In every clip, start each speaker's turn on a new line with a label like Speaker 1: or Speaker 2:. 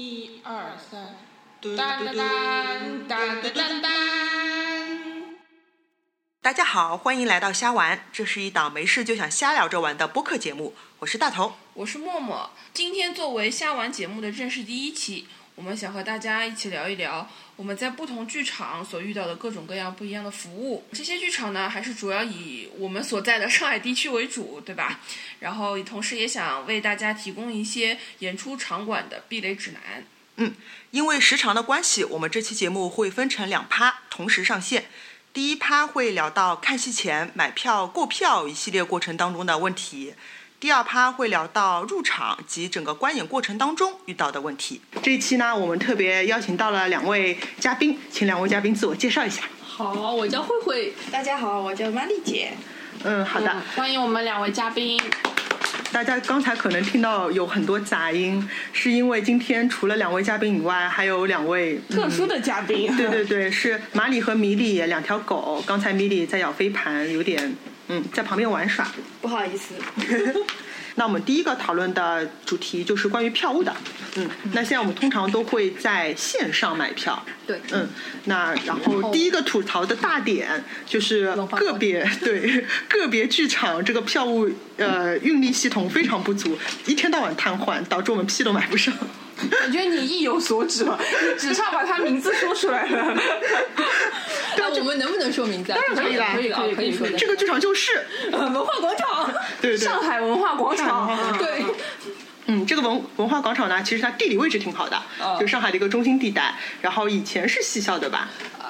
Speaker 1: 一二三，噔噔噔噔噔噔噔。
Speaker 2: 大家好，欢迎来到瞎玩，这是一档没事就想瞎聊着玩的播客节目，我是大头。
Speaker 3: 我是默默。今天作为虾丸节目的正式第一期，我们想和大家一起聊一聊我们在不同剧场所遇到的各种各样不一样的服务。这些剧场呢，还是主要以我们所在的上海地区为主，对吧？然后同时也想为大家提供一些演出场馆的避雷指南。
Speaker 2: 因为时长的关系，我们这期节目会分成两趴同时上线。第一趴会聊到看戏前、买票、购票一系列过程当中的问题，第二趴会聊到入场及整个观演过程当中遇到的问题。这一期呢，我们特别邀请到了两位嘉宾，请两位嘉宾自我介绍一下。
Speaker 1: 好，我叫慧慧，
Speaker 3: 大家好，我叫曼丽姐。
Speaker 2: 嗯，好的。
Speaker 1: 欢迎我们两位嘉宾。
Speaker 2: 大家刚才可能听到有很多杂音，是因为今天除了两位嘉宾以外，还有两位嗯
Speaker 1: 特殊的嘉宾，
Speaker 2: 对对对，是马里和米里两条狗。刚才米里在咬飞盘，有点嗯，在旁边玩耍。
Speaker 3: 不好意思，
Speaker 2: 那我们第一个讨论的主题就是关于票务的。嗯，那现在我们通常都会在线上买票。
Speaker 1: 对
Speaker 2: 嗯，那然后第一个吐槽的大点就是
Speaker 1: 文化
Speaker 2: 个别对个别剧场这个票务呃运力系统非常不足，一天到晚瘫痪，导致我们屁都买不上。
Speaker 1: 感觉你意有所指了，你只差把他名字说出 来了。
Speaker 4: 哎，我们能不能说名字啊？
Speaker 2: 当然可以啦
Speaker 4: 可以呃了，
Speaker 1: 可以
Speaker 4: 可以说的。
Speaker 2: 这个剧场就是
Speaker 1: 文化广场，
Speaker 2: 对对
Speaker 1: 上海文化广
Speaker 2: 上海文化广场
Speaker 1: 场，嗯对，
Speaker 2: 嗯，这个文文化广场呢，其实它地理位置挺好的，
Speaker 4: 哦
Speaker 2: 就上海的一个中心地带。然后以前是戏校对吧？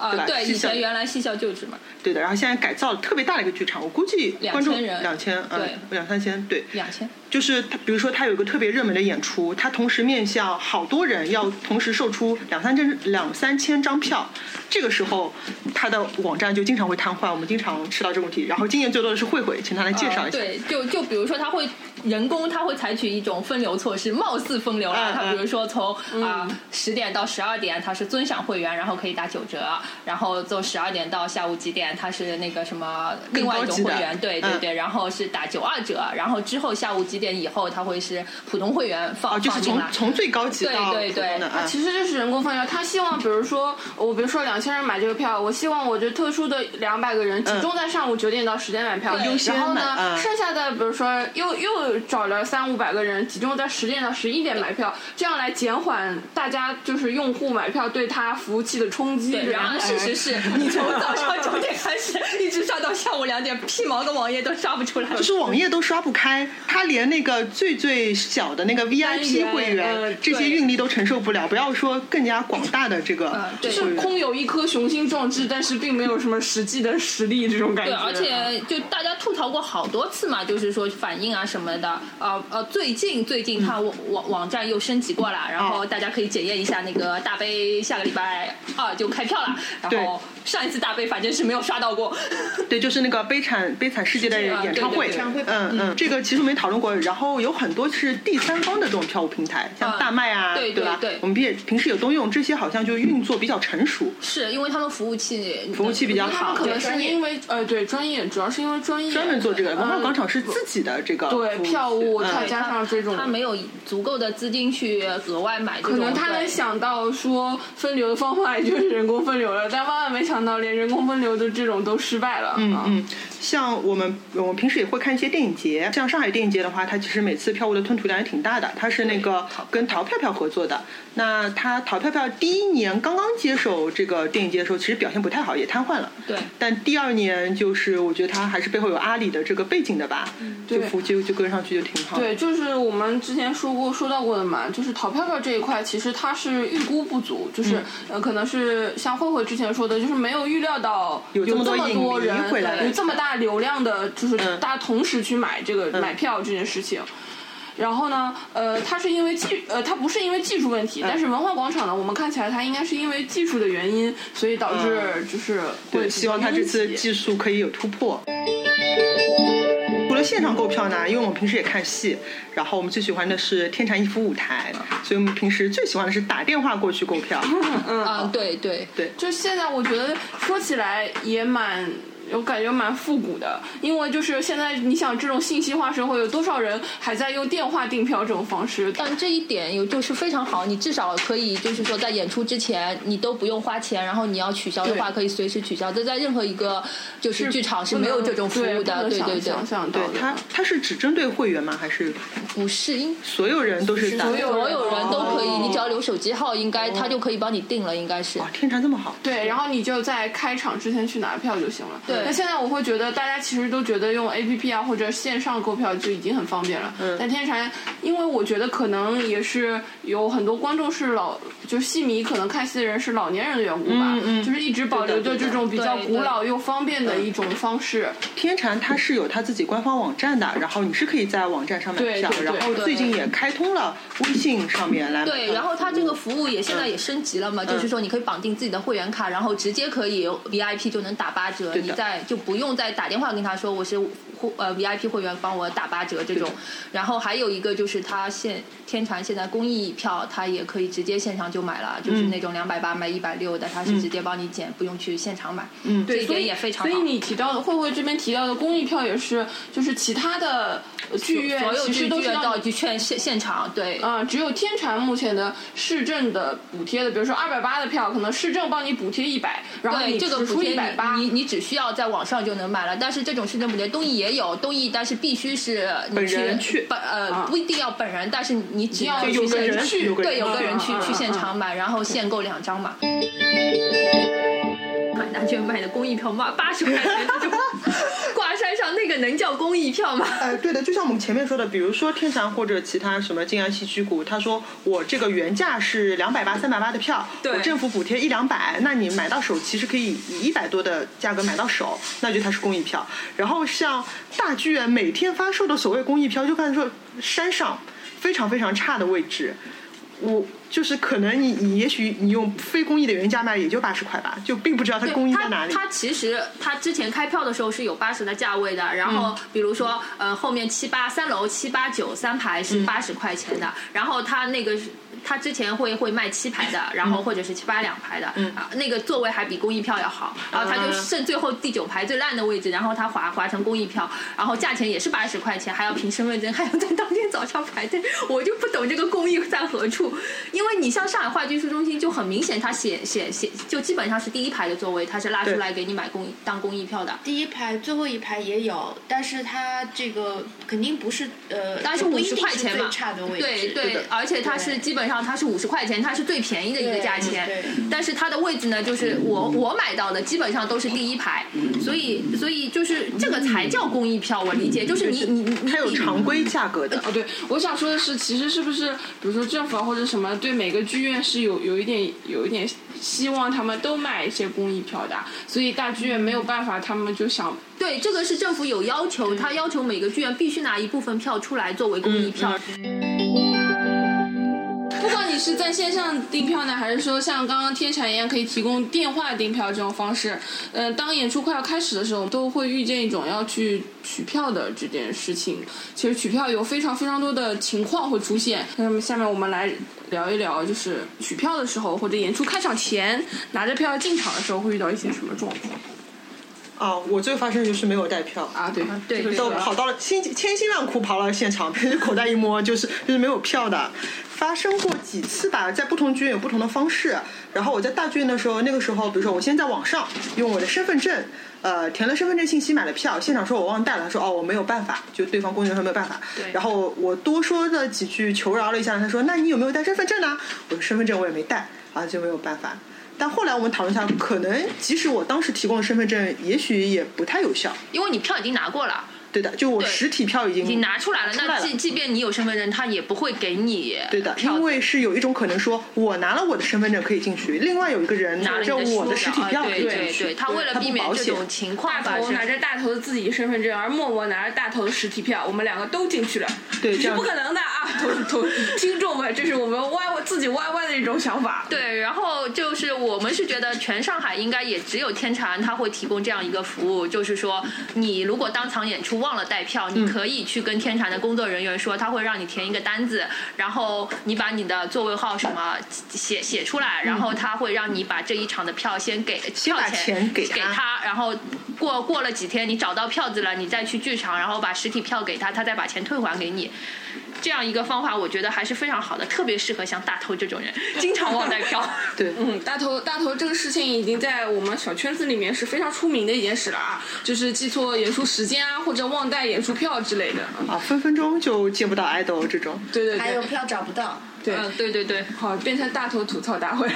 Speaker 2: 对吧
Speaker 4: 啊，对，
Speaker 2: 戏
Speaker 4: 以
Speaker 2: 校
Speaker 4: 前原来戏校旧址嘛，
Speaker 2: 对的，然后现在改造了特别大的一个剧场，我估计
Speaker 4: 2000
Speaker 2: 观众
Speaker 4: 人
Speaker 2: 两千，嗯
Speaker 4: 对，
Speaker 2: 两三千，对，
Speaker 4: 两千。
Speaker 2: 就是它，比如说它有一个特别热门的演出，它同时面向好多人，要同时售出两三千两三千张票，这个时候它的网站就经常会瘫痪，我们经常吃到这种问题。然后经验最多的是慧慧，请她来介绍
Speaker 4: 啊
Speaker 2: 一下。
Speaker 4: 对，就就比如说，他会人工，他会采取一种分流措施，貌似分流
Speaker 2: 嗯
Speaker 4: 了。他
Speaker 2: 嗯
Speaker 4: 比如说从啊十点到十二点，他是尊享会员，然后可以打九折，然后从十二点到下午几点，他是那个什么另外一种
Speaker 2: 更高级
Speaker 4: 会
Speaker 2: 的
Speaker 4: 员，对
Speaker 2: 嗯
Speaker 4: 对对，然后是打九二折，然后之后下午几点以后，他会是普通会员
Speaker 2: 哦，
Speaker 4: 放
Speaker 2: 就是
Speaker 4: 放进
Speaker 2: 从
Speaker 4: 来。
Speaker 2: 从最高级
Speaker 4: 对
Speaker 2: 到
Speaker 4: 对
Speaker 2: 普通
Speaker 4: 对
Speaker 2: 的啊，
Speaker 1: 其实就是人工分流，他希望，比如说我，比如说两千人买这个票，我希望我这特殊的两百个人集中在上午九点到十点买票，
Speaker 4: 对优
Speaker 2: 先
Speaker 1: 然后
Speaker 2: 买嗯
Speaker 1: 呢，剩下的比如说又又找了三五百个人集中在十点到十一点买票，这样来减缓大家就是用户买票对他服务器的冲击。
Speaker 4: 对，然后事实是 你从早上九点开始，一直刷到下午两点，屁毛跟网页都刷不出来。
Speaker 2: 就是网页都刷不开，它连那个最最小的那个 VIP
Speaker 1: 员
Speaker 2: 会员
Speaker 1: 呃，
Speaker 2: 这些
Speaker 4: 对
Speaker 2: 运力都承受不了，不要说更加广大的这个
Speaker 4: 嗯
Speaker 2: 会
Speaker 4: 对
Speaker 1: 是
Speaker 2: 员。
Speaker 1: 空有一颗雄心壮志，但是并没有什么实际的实力，这种感觉。
Speaker 4: 对，而且就大家吐槽过好多次嘛，就是说反应啊什么的，呃呃，最近最近它网网网站又升级过了，然后大家可以检验一下那个大杯下个礼拜二就开票了，然后上一次大杯反正是没有刷到过，
Speaker 2: 对，就是那个悲惨悲惨世界的演唱
Speaker 4: 对
Speaker 2: 会，
Speaker 4: 对对演唱
Speaker 2: 嗯嗯，这个其实我们也讨论过。然后有很多是第三方的这种票务平台，像
Speaker 4: 嗯
Speaker 2: 大麦啊，
Speaker 4: 对
Speaker 2: 吧？
Speaker 4: 对对
Speaker 2: 我们平平时也都用，这些好像就运作比较成熟，
Speaker 4: 是因为他们服务器
Speaker 2: 服务器比较
Speaker 1: 他们
Speaker 2: 好
Speaker 1: 可，能
Speaker 4: 对专
Speaker 1: 是
Speaker 4: 业
Speaker 1: 因为呃，对专业，主要是因为专业
Speaker 2: 专门做这个。文化
Speaker 1: 嗯
Speaker 2: 广场是自己的这个
Speaker 1: 对
Speaker 2: 服务器
Speaker 1: 票务
Speaker 2: 嗯
Speaker 1: 它加上这种
Speaker 4: 他没有足够的资金去额外买这
Speaker 1: 可
Speaker 4: 种，
Speaker 1: 能他
Speaker 4: 对
Speaker 1: 能想到说分流的方法也就是人工分流了，但万万没想到连人工分流的这种都失败了。嗯
Speaker 2: 嗯，像我们我们平时也会看一些电影节，像上海电影节的话，它其实每次票务的吞吐量也挺大的。它是那个跟淘票票合作的，那它淘票票第一年刚刚接手这个电影节的时候，其实表现不太好，也瘫痪了。
Speaker 4: 对
Speaker 2: 但第二年就是我觉得它还是背后有阿里的这个背景的吧，就
Speaker 1: 嗯对
Speaker 2: 服务就就跟上去就挺好。
Speaker 1: 对，就是我们之前说过说到过的嘛，就是淘票票这一块，其实它是预估不足，就是、
Speaker 2: 嗯
Speaker 1: 呃，可能是像慧慧之前说的，就是没有预料到
Speaker 2: 有这
Speaker 1: 这
Speaker 2: 么多引
Speaker 1: 多
Speaker 2: 流
Speaker 1: 人，
Speaker 2: 回来
Speaker 1: 对有这么大流量的，就是
Speaker 2: 嗯
Speaker 1: 大家同时去买这个、
Speaker 2: 嗯
Speaker 1: 买票这件事情。然后呢，呃，它是因为技呃，它不是因为技术问
Speaker 2: 嗯
Speaker 1: 题，但是文化广场呢，我们看起来它应该是因为技术的原因，所以导致
Speaker 2: 嗯
Speaker 1: 就是会
Speaker 2: 对，希望它这次
Speaker 1: 引起
Speaker 2: 技术可以有突破。除了现场购票呢，因为我们平时也看戏，然后我们最喜欢的是天蟾一夫舞台，
Speaker 1: 嗯
Speaker 2: 所以我们平时最喜欢的是打电话过去购票。
Speaker 4: 嗯对对
Speaker 2: 对，
Speaker 1: 就现在，我觉得说起来也蛮我感觉蛮复古的，因为就是现在你想这种信息化社会，有多少人还在用电话订票这种方式？
Speaker 4: 但这一点有就是非常好，你至少可以就是说在演出之前你都不用花钱，然后你要取消的话可以随时取消。这在任何一个就是剧场是没有这种服务的，对
Speaker 1: 对
Speaker 4: 对对，
Speaker 1: 想象到
Speaker 2: 对
Speaker 1: 的
Speaker 2: 它它是只针对会员吗？还是
Speaker 4: 不是应
Speaker 2: 所有人都是打？
Speaker 1: 所有
Speaker 4: 所有人都可以，
Speaker 1: 哦
Speaker 4: 你只要留手机号，应该他就可以帮你定了，应该是
Speaker 2: 哇，。天长这么好，
Speaker 1: 对，然后你就在开场之前去拿票就行了。
Speaker 4: 嗯对
Speaker 1: 那现在我会觉得大家其实都觉得用 A P P 啊或者线上购票就已经很方便了。嗯但天蟾，因为我觉得可能也是有很多观众是老，就是戏迷可能看戏的人是老年人的缘故吧，
Speaker 2: 嗯嗯
Speaker 1: 就是一直保留
Speaker 2: 对
Speaker 1: 着
Speaker 2: 的对
Speaker 1: 这
Speaker 2: 的
Speaker 1: 种比较
Speaker 4: 对嗯
Speaker 1: 古老又方便的一种方式。
Speaker 2: 天蟾它是有它自己官方网站的，然后你是可以在网站上买
Speaker 1: 对
Speaker 2: 票，
Speaker 1: 对对
Speaker 2: 然后最近也开通了微信上面来买
Speaker 4: 对，
Speaker 2: 票
Speaker 4: 然后它这个服务也现在也升级了
Speaker 1: 嗯
Speaker 4: 嘛，就是说你可以绑定自己的会员卡，然后直接可以 VIP 就能打八折，
Speaker 2: 对
Speaker 4: 你
Speaker 2: 的
Speaker 4: 再就不用再打电话跟他说我是户呃 VIP 会员帮我打八折这种。然后还有一个就是它现天蟾现在公益票，它也可以直接现场就买了，
Speaker 1: 嗯
Speaker 4: 就是那种两百八买一百六的，它是直接帮你减，不用去现场买。嗯，这
Speaker 1: 对，
Speaker 4: 一
Speaker 1: 所
Speaker 4: 点
Speaker 1: 以
Speaker 4: 也非常好。
Speaker 1: 所以你提到的慧慧这边提到的公益票也是，就是其他的呃剧院
Speaker 4: 所有
Speaker 1: 其实
Speaker 4: 剧
Speaker 1: 都
Speaker 4: 剧
Speaker 1: 是
Speaker 4: 院
Speaker 1: 让
Speaker 4: 到
Speaker 1: 你
Speaker 4: 去劝现现场，对，
Speaker 1: 啊、只有天蟾目前的市政的补贴的，比如说二百八的票，可能市政帮你补贴一百，然后
Speaker 4: 对
Speaker 1: 你
Speaker 4: 这个
Speaker 1: 只
Speaker 4: 补
Speaker 1: 出
Speaker 4: 贴
Speaker 1: 一百八
Speaker 4: 你，你你只需要在网上就能买了。但是这种市政补贴，东艺也有东艺，但是必须是你
Speaker 2: 本人去
Speaker 4: 本呃
Speaker 1: 啊
Speaker 4: 不一定要本人，但是你只
Speaker 1: 要
Speaker 4: 去啊
Speaker 1: 有个
Speaker 4: 现
Speaker 1: 人
Speaker 4: 场
Speaker 1: 去有个
Speaker 4: 对
Speaker 1: 人
Speaker 4: 有
Speaker 2: 啊
Speaker 4: 个
Speaker 1: 去
Speaker 4: 人去
Speaker 1: 嗯
Speaker 4: 去
Speaker 1: 嗯
Speaker 4: 现
Speaker 1: 嗯
Speaker 4: 场买，然后限购两张嘛。买大券卖的公益票嘛，八十块钱那种挂山上那个能叫公益票吗？
Speaker 2: 哎，对的，就像我们前面说的，比如说天蟾或者其他什么静安戏曲谷，他说我这个原价是两百八、三百八的票，
Speaker 4: 对
Speaker 2: 我政府补贴一两百，那你买到手其实可以以一百多的价格买到手，那就它是公益票。然后像大剧院每天发售的所谓公益票，就看说山上非常非常差的位置，我就是可能你你也许你用非公益的原价卖也就八十块吧，就并不知道它
Speaker 4: 对
Speaker 2: 公益在
Speaker 4: 它
Speaker 2: 哪里。
Speaker 4: 它其实它之前开票的时候是有八十的价位的，
Speaker 2: 嗯
Speaker 4: 然后比如说、呃后面七八三楼七八九三排
Speaker 2: 嗯
Speaker 4: 是八十块钱的，然后它那个是。它之前会会卖七排的，然
Speaker 2: 嗯
Speaker 4: 后或者是七八两排的，啊，那个座位还比公益票要好，然后它就
Speaker 2: 啊
Speaker 4: 剩最后第九排最烂的位置，然后它划划成公益票，然后价钱也是八十块钱，还要凭身份证，还要在当天早上排队，我就不懂这个公益在何处，因为你像上海话剧艺术中心就很明显，它写写写就基本上是第一排的座位，它是拉出来给你买公益当公益票的，
Speaker 5: 第一排、最后一排也有，但是它这个肯定不是呃，
Speaker 4: 当然是
Speaker 5: 就不
Speaker 4: 五
Speaker 5: 一定
Speaker 4: 十
Speaker 5: 是
Speaker 4: 块钱嘛
Speaker 5: 最差的位，置。
Speaker 4: 对
Speaker 2: 是
Speaker 4: 对
Speaker 2: 的，
Speaker 4: 而且它是
Speaker 5: 对
Speaker 4: 基本上它是五十块钱，它是最便宜的一个
Speaker 5: 对嗯
Speaker 4: 价钱，
Speaker 5: 对
Speaker 4: 但是它的位置呢，就是我我买到的基本上都是第一排，
Speaker 2: 嗯
Speaker 4: 所以所以就是这个才叫公益票，我理解，就是你你你你
Speaker 2: 它有常规价格
Speaker 4: 呃
Speaker 2: 的，
Speaker 1: 哦，对，我想说的是，其实是不是，比如说政府啊或者什么，对每个剧院是有有一点有一点希望他们都卖一些公益票的，啊所以大剧院没有办法，他们就想
Speaker 4: 对，这个是政府有要求，他要求每个剧院必须拿一部分票出来作为公
Speaker 2: 嗯
Speaker 4: 益票。
Speaker 1: 不管你是在线上订票呢，还是说像刚刚天蟾一样可以提供电话订票这种方式，嗯、当演出快要开始的时候，都会遇见一种要去取票的这件事情。其实取票有非常非常多的情况会出现，那么下面我们来聊一聊，就是取票的时候或者演出开场前拿着票进场的时候会遇到一些什么状况
Speaker 2: 啊，我最发生的就是没有带票
Speaker 1: 啊？对，
Speaker 4: 对
Speaker 1: 这个
Speaker 4: 对
Speaker 2: 都
Speaker 1: 是吧
Speaker 2: 跑到了千千辛万苦跑到了现场， 口袋一摸就是就是没有票的，发生过几次吧，在不同剧院有不同的方式。然后我在大剧院的时候，那个时候比如说我先在网上用我的身份证，呃，填了身份证信息买了票，现场说我忘带了，他说哦我没有办法，就对方工作人员说没有办法。
Speaker 4: 对
Speaker 2: 然后我多说了几句求饶了一下，他说那你有没有带身份证呢？我说身份证我也没带，啊就没有办法。但后来我们讨论一下，可能即使我当时提供的身份证，也许也不太有效。
Speaker 4: 因为你票已经拿过了，
Speaker 2: 对的，就我
Speaker 4: 对
Speaker 2: 实体票已经
Speaker 4: 已经拿出来了，
Speaker 2: 出来
Speaker 4: 那
Speaker 2: 了
Speaker 4: 即即便你有身份证，他也不会给你
Speaker 2: 对的，
Speaker 4: 票
Speaker 2: 因为是有一种可能说，我拿了我的身份证可以进去，另外有一个人
Speaker 4: 拿
Speaker 2: 拿
Speaker 4: 了
Speaker 2: 着
Speaker 4: 你
Speaker 2: 我
Speaker 4: 的
Speaker 2: 的实体票
Speaker 4: 啊
Speaker 2: 可以
Speaker 4: 对
Speaker 2: 进
Speaker 4: 对
Speaker 2: 去，
Speaker 4: 对，他为了
Speaker 2: 它不
Speaker 4: 避免
Speaker 2: 保
Speaker 4: 这
Speaker 2: 险
Speaker 4: 种情
Speaker 1: 大
Speaker 4: 况吧，
Speaker 1: 头
Speaker 4: 是
Speaker 1: 拿着大头的自己身份证，而默默拿着大头的实体票，我们两个都进去了，
Speaker 2: 对
Speaker 1: 这
Speaker 2: 这
Speaker 1: 是
Speaker 2: 样
Speaker 1: 不可能的啊！同同听众们，这是我们 Y Y 自己 Y Y 的
Speaker 3: 的一种想法。
Speaker 4: 对，然后就是我们是觉得全上海应该也只有天蟾它会提供这样一个服务，就是说你如果当场演出忘了带票，你
Speaker 2: 嗯
Speaker 4: 可以去跟天蟾的工作人员说，他会让你填一个单子，然后你把你的座位号什么写写出来，
Speaker 2: 嗯
Speaker 4: 然后他会让你把这一场的票先给票
Speaker 2: 把钱给
Speaker 4: 给
Speaker 2: 他
Speaker 4: 他，然后过过了几天你找到票子了，你再去剧场，然后把实体票给他，他再把钱退还给你。这样一个方法，我觉得还是非常好的，特别适合像大头这种人，经常忘带票。
Speaker 2: 对，
Speaker 1: 嗯，大头大头这个事情已经在我们小圈子里面是非常出名的一件事了啊，就是记错演出时间啊，或者忘带演出票之类的。嗯
Speaker 4: 嗯
Speaker 2: 啊，分分钟就见不到爱豆这种。
Speaker 1: 对对
Speaker 5: 还
Speaker 1: 对
Speaker 5: 有，票找不到，
Speaker 1: 对，
Speaker 4: 嗯，对对对，
Speaker 1: 好，变成大头吐槽大会。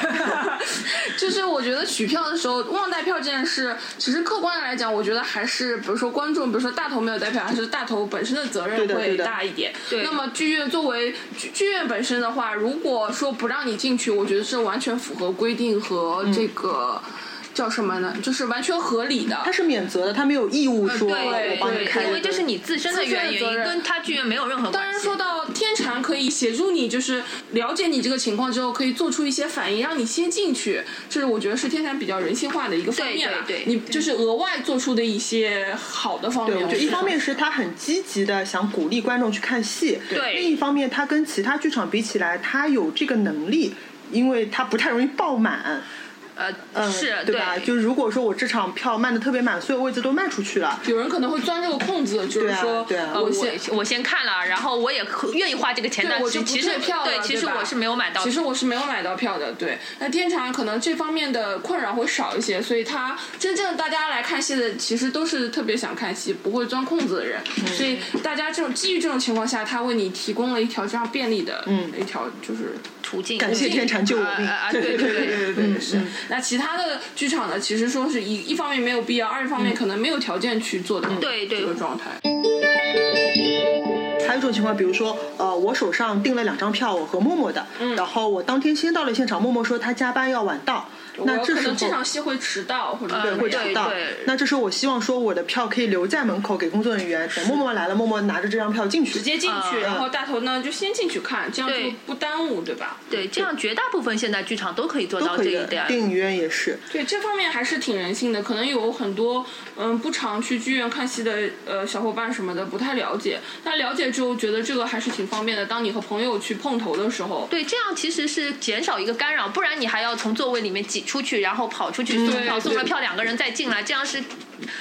Speaker 1: 就是我觉得取票的时候忘带票这件事，其实客观的来讲，我觉得还是比如说观众，比如说大头没有带票，还是大头本身的责任
Speaker 2: 对的对
Speaker 1: 会
Speaker 2: 的
Speaker 1: 大一点。
Speaker 4: 对
Speaker 1: 那么剧院作为剧剧院本身的话，如果说不让你进去，我觉得是完全符合规定和
Speaker 2: 嗯
Speaker 1: 这个。叫什么呢？就是完全合理的
Speaker 2: 他，是免责的，他没有义务说我
Speaker 4: 嗯对
Speaker 2: 帮你
Speaker 4: 对，
Speaker 2: 开。
Speaker 4: 因为这是你自身的原
Speaker 1: 自身的责
Speaker 4: 因，
Speaker 1: 任
Speaker 4: 跟他剧院没有任何关系。
Speaker 1: 当然，说到天蟾可以协助你，就是了解你这个情况之后，可以做出一些反应，让你先进去。这是我觉得是天蟾比较人性化的一个方面了。
Speaker 4: 对对对
Speaker 1: 你就是额外做出的一些好的方
Speaker 2: 对，
Speaker 1: 面。
Speaker 2: 我觉得一方面是他很积极的想鼓励观众去看戏，
Speaker 4: 对
Speaker 2: 另一方面他跟其他剧场比起来，他有这个能力，因为他不太容易爆满。
Speaker 4: 呃，
Speaker 2: 嗯，
Speaker 4: 是
Speaker 2: 对吧？就是如果说我这场票卖的特别满，所有位置都卖出去了，
Speaker 1: 有人可能会钻这个空子，就是说，
Speaker 2: 对啊对啊
Speaker 1: 呃
Speaker 4: 我
Speaker 1: 我先。
Speaker 4: 我先看了，然后我也可愿意花这个钱，
Speaker 1: 对
Speaker 4: 但
Speaker 1: 我
Speaker 4: 是
Speaker 1: 就不
Speaker 4: 其实
Speaker 1: 退票了
Speaker 4: 对，
Speaker 1: 对
Speaker 4: 其实
Speaker 1: 吧
Speaker 4: 我是没有买到
Speaker 1: 其。实我是没有买到票的，对。那天蟾可能这方面的困扰会少一些，所以他真正大家来看戏的，其实都是特别想看戏，不会钻空子的人。
Speaker 4: 嗯
Speaker 1: 所以大家这种基于这种情况下，他为你提供了一条这样便利的，嗯一条就是
Speaker 4: 途径，
Speaker 2: 感谢天蟾救我命嗯
Speaker 4: 啊啊啊！
Speaker 2: 对
Speaker 4: 对
Speaker 2: 对
Speaker 4: 对
Speaker 1: 对对，是。
Speaker 4: 嗯
Speaker 1: 那其他的剧场呢，其实说是一一方面没有必要，二一方面可能没有条件去做到
Speaker 4: 嗯对对
Speaker 1: 这个状态。
Speaker 2: 还有一种情况，比如说，呃，我手上订了两张票，我和默默的，然后我当天先到了现场，默默说他加班要晚到，那
Speaker 1: 我
Speaker 2: 这
Speaker 1: 可
Speaker 2: 时
Speaker 1: 能这
Speaker 2: 候
Speaker 1: 场。戏会迟到，或者
Speaker 4: 呃
Speaker 1: 怎么
Speaker 2: 会
Speaker 1: 样
Speaker 2: 迟到
Speaker 4: 对对，
Speaker 2: 那这时候我希望说我的票可以留在门口给工作人员，等默默来了，默默拿着这张票进去。
Speaker 1: 直接进去，
Speaker 4: 嗯
Speaker 1: 然后大头呢就先进去看，这样
Speaker 4: 对
Speaker 1: 就不耽误，对吧？
Speaker 4: 对，这样绝大部分现在剧场都可以做
Speaker 2: 都
Speaker 4: 到
Speaker 2: 可
Speaker 4: 这
Speaker 2: 以
Speaker 4: 一
Speaker 2: 的
Speaker 4: 点，。
Speaker 2: 电影院也是。
Speaker 1: 对，这方面还是挺人性的。可能有很多嗯不常去剧院看戏的呃小伙伴什么的不太了解，但了解之后觉得这个还是挺方便的。当你和朋友去碰头的时候，
Speaker 4: 对，这样其实是减少一个干扰，不然你还要从座位里面挤出去，然后跑出去送
Speaker 1: 对
Speaker 4: 票，
Speaker 1: 对
Speaker 4: 送了票两个人再进来，这样是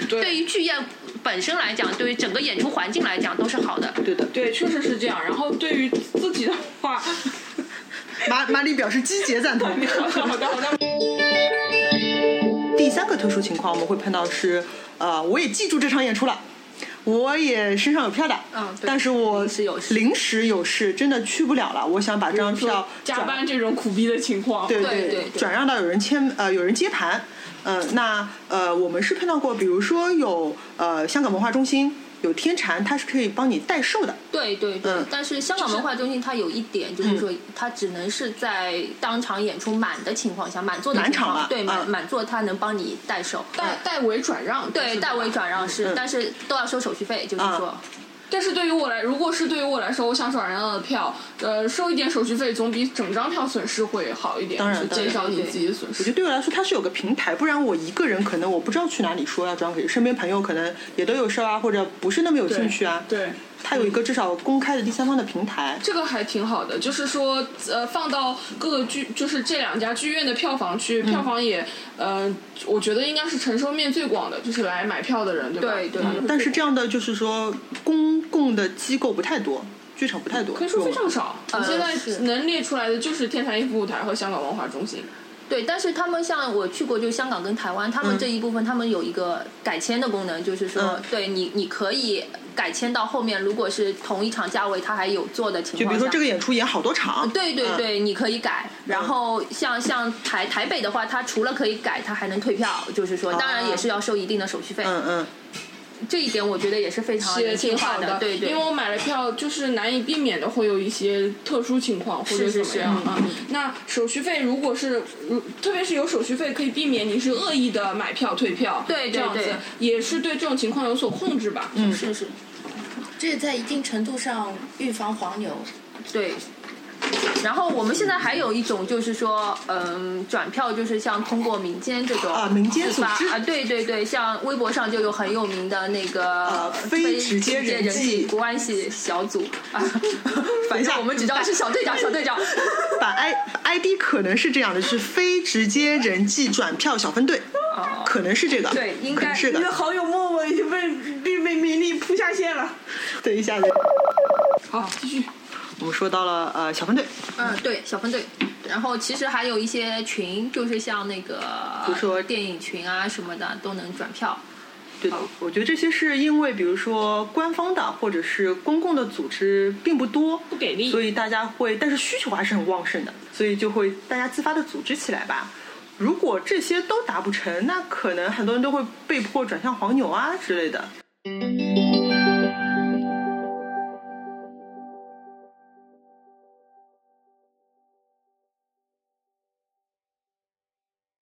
Speaker 4: 对于剧院本身来讲，对于整个演出环境来讲都是好的。
Speaker 2: 对的，
Speaker 1: 对，确实是这样。然后对于自己的话，
Speaker 2: 马马里表示积极赞 同。
Speaker 1: 好的好的好的，
Speaker 2: 第三个特殊情况我们会碰到是，呃，我也记住这场演出了，我也身上有票的，
Speaker 4: 嗯对
Speaker 2: 但是我
Speaker 4: 临时有事
Speaker 2: 临时有事真的去不了了，我想把这张票
Speaker 1: 加
Speaker 2: 转
Speaker 1: 班这种苦逼的情况，
Speaker 2: 对
Speaker 4: 对对对
Speaker 2: 转让到有人签呃有人接盘，呃那呃我们是碰到过，比如说有呃香港文化中心有天蟾，它是可以帮你代售的，
Speaker 4: 对对对，
Speaker 2: 嗯
Speaker 4: 但是香港文化中心它有一点，就是说它只能是在当场演出满的情况下，满座的
Speaker 2: 满
Speaker 4: 情况
Speaker 2: 场了
Speaker 4: 对满、
Speaker 2: 嗯
Speaker 4: 满座，它能帮你代售。
Speaker 1: 代代为转让，
Speaker 4: 对，代为转让是，
Speaker 2: 嗯
Speaker 4: 但是都要收手续费，就是
Speaker 2: 嗯
Speaker 4: 说，
Speaker 1: 但是对于我来，如果是对于我来说，我想转让的票，呃，收一点手续费总比整张票损失会好一点，
Speaker 2: 当然
Speaker 1: 是
Speaker 2: 当然
Speaker 1: 减少你自己的损
Speaker 2: 我觉
Speaker 1: 失。
Speaker 2: 得对我来说，它是有个平台，不然我一个人可能我不知道去哪里说要转给身边朋友，可能也都有事儿啊，或者不是那么有兴趣啊。
Speaker 1: 对，
Speaker 2: 它有一个至少公开的第三方的平台。
Speaker 1: 这个还挺好的，就是说，呃，放到各个剧，就是这两家剧院的票房去，票
Speaker 2: 嗯
Speaker 1: 房也，呃，我觉得应该是承受面最广的，就是来买票的人，对吧？
Speaker 4: 对对
Speaker 1: 嗯
Speaker 2: 但是这样的就是说，公共的机构不太多，剧场不太多。
Speaker 1: 可以说非常少。我现在
Speaker 4: 呃是
Speaker 1: 能列出来的就是天坛艺术舞台和香港文化中心。
Speaker 4: 对，但是他们像我去过，就香港跟台湾，他们这一部分他们有一个改签的功能，就是说，
Speaker 2: 嗯
Speaker 4: 对你你可以改签到后面，如果是同一场价位，它还有做的情
Speaker 2: 就
Speaker 4: 况下，
Speaker 2: 比如说这个演出演好多场，
Speaker 4: 啊对对
Speaker 2: 嗯，
Speaker 4: 对，你可以改。然后像像台台北的话，它除了可以改，它还能退票，就是说，当然也是要收一定的手续费。
Speaker 2: 哦嗯嗯，
Speaker 4: 这一点我觉得也是非常
Speaker 1: 也
Speaker 4: 人
Speaker 1: 挺
Speaker 4: 性化
Speaker 1: 好的，
Speaker 4: 对对
Speaker 1: 因为。我买了票，就是难以避免的会有一些特殊情况或者
Speaker 4: 是
Speaker 1: 怎
Speaker 4: 是嗯
Speaker 1: 么样
Speaker 4: 是
Speaker 1: 啊。那手续费如果是，如特别是有手续费，可以避免你是恶意的买票退票，
Speaker 4: 对对
Speaker 1: 这样子
Speaker 4: 对嗯
Speaker 1: 也是对这种情况有所控制吧。
Speaker 4: 是是，
Speaker 5: 这也在一定程度上预防黄牛。
Speaker 4: 对，然后我们现在还有一种就是说，嗯，转票就是像通过民间这种
Speaker 2: 啊民间
Speaker 4: 自发
Speaker 2: 组织
Speaker 4: 啊，对对对，像微博上就有很有名的那个
Speaker 2: 呃非
Speaker 4: 非
Speaker 2: 直接人
Speaker 4: 人
Speaker 2: 际
Speaker 4: 关系小组 啊，
Speaker 2: 等
Speaker 4: 反
Speaker 2: 一下
Speaker 4: 正我们只知道是小队长，小队长。
Speaker 2: 把 I ID 可能是这样的，是非直接人际转票小分队，
Speaker 4: 哦
Speaker 2: 可能是这个，
Speaker 4: 对应该
Speaker 2: 可能是
Speaker 6: 你的
Speaker 2: 的。
Speaker 6: 好友默默就被被被米粒扑下线了。
Speaker 2: 等一下子，
Speaker 1: 好，继续。
Speaker 2: 我们说到了呃小分队，
Speaker 4: 嗯，对，小分队。然后其实还有一些群，就是像那个
Speaker 2: 比如说
Speaker 4: 电影群啊什么的都能转票。
Speaker 2: 对的，我觉得这些是因为比如说官方的或者是公共的组织并不多，
Speaker 1: 不给力
Speaker 2: 所以大家会，但是需求还是很旺盛的，所以就会大家自发的组织起来吧。如果这些都达不成，那可能很多人都会被迫转向黄牛啊之类的。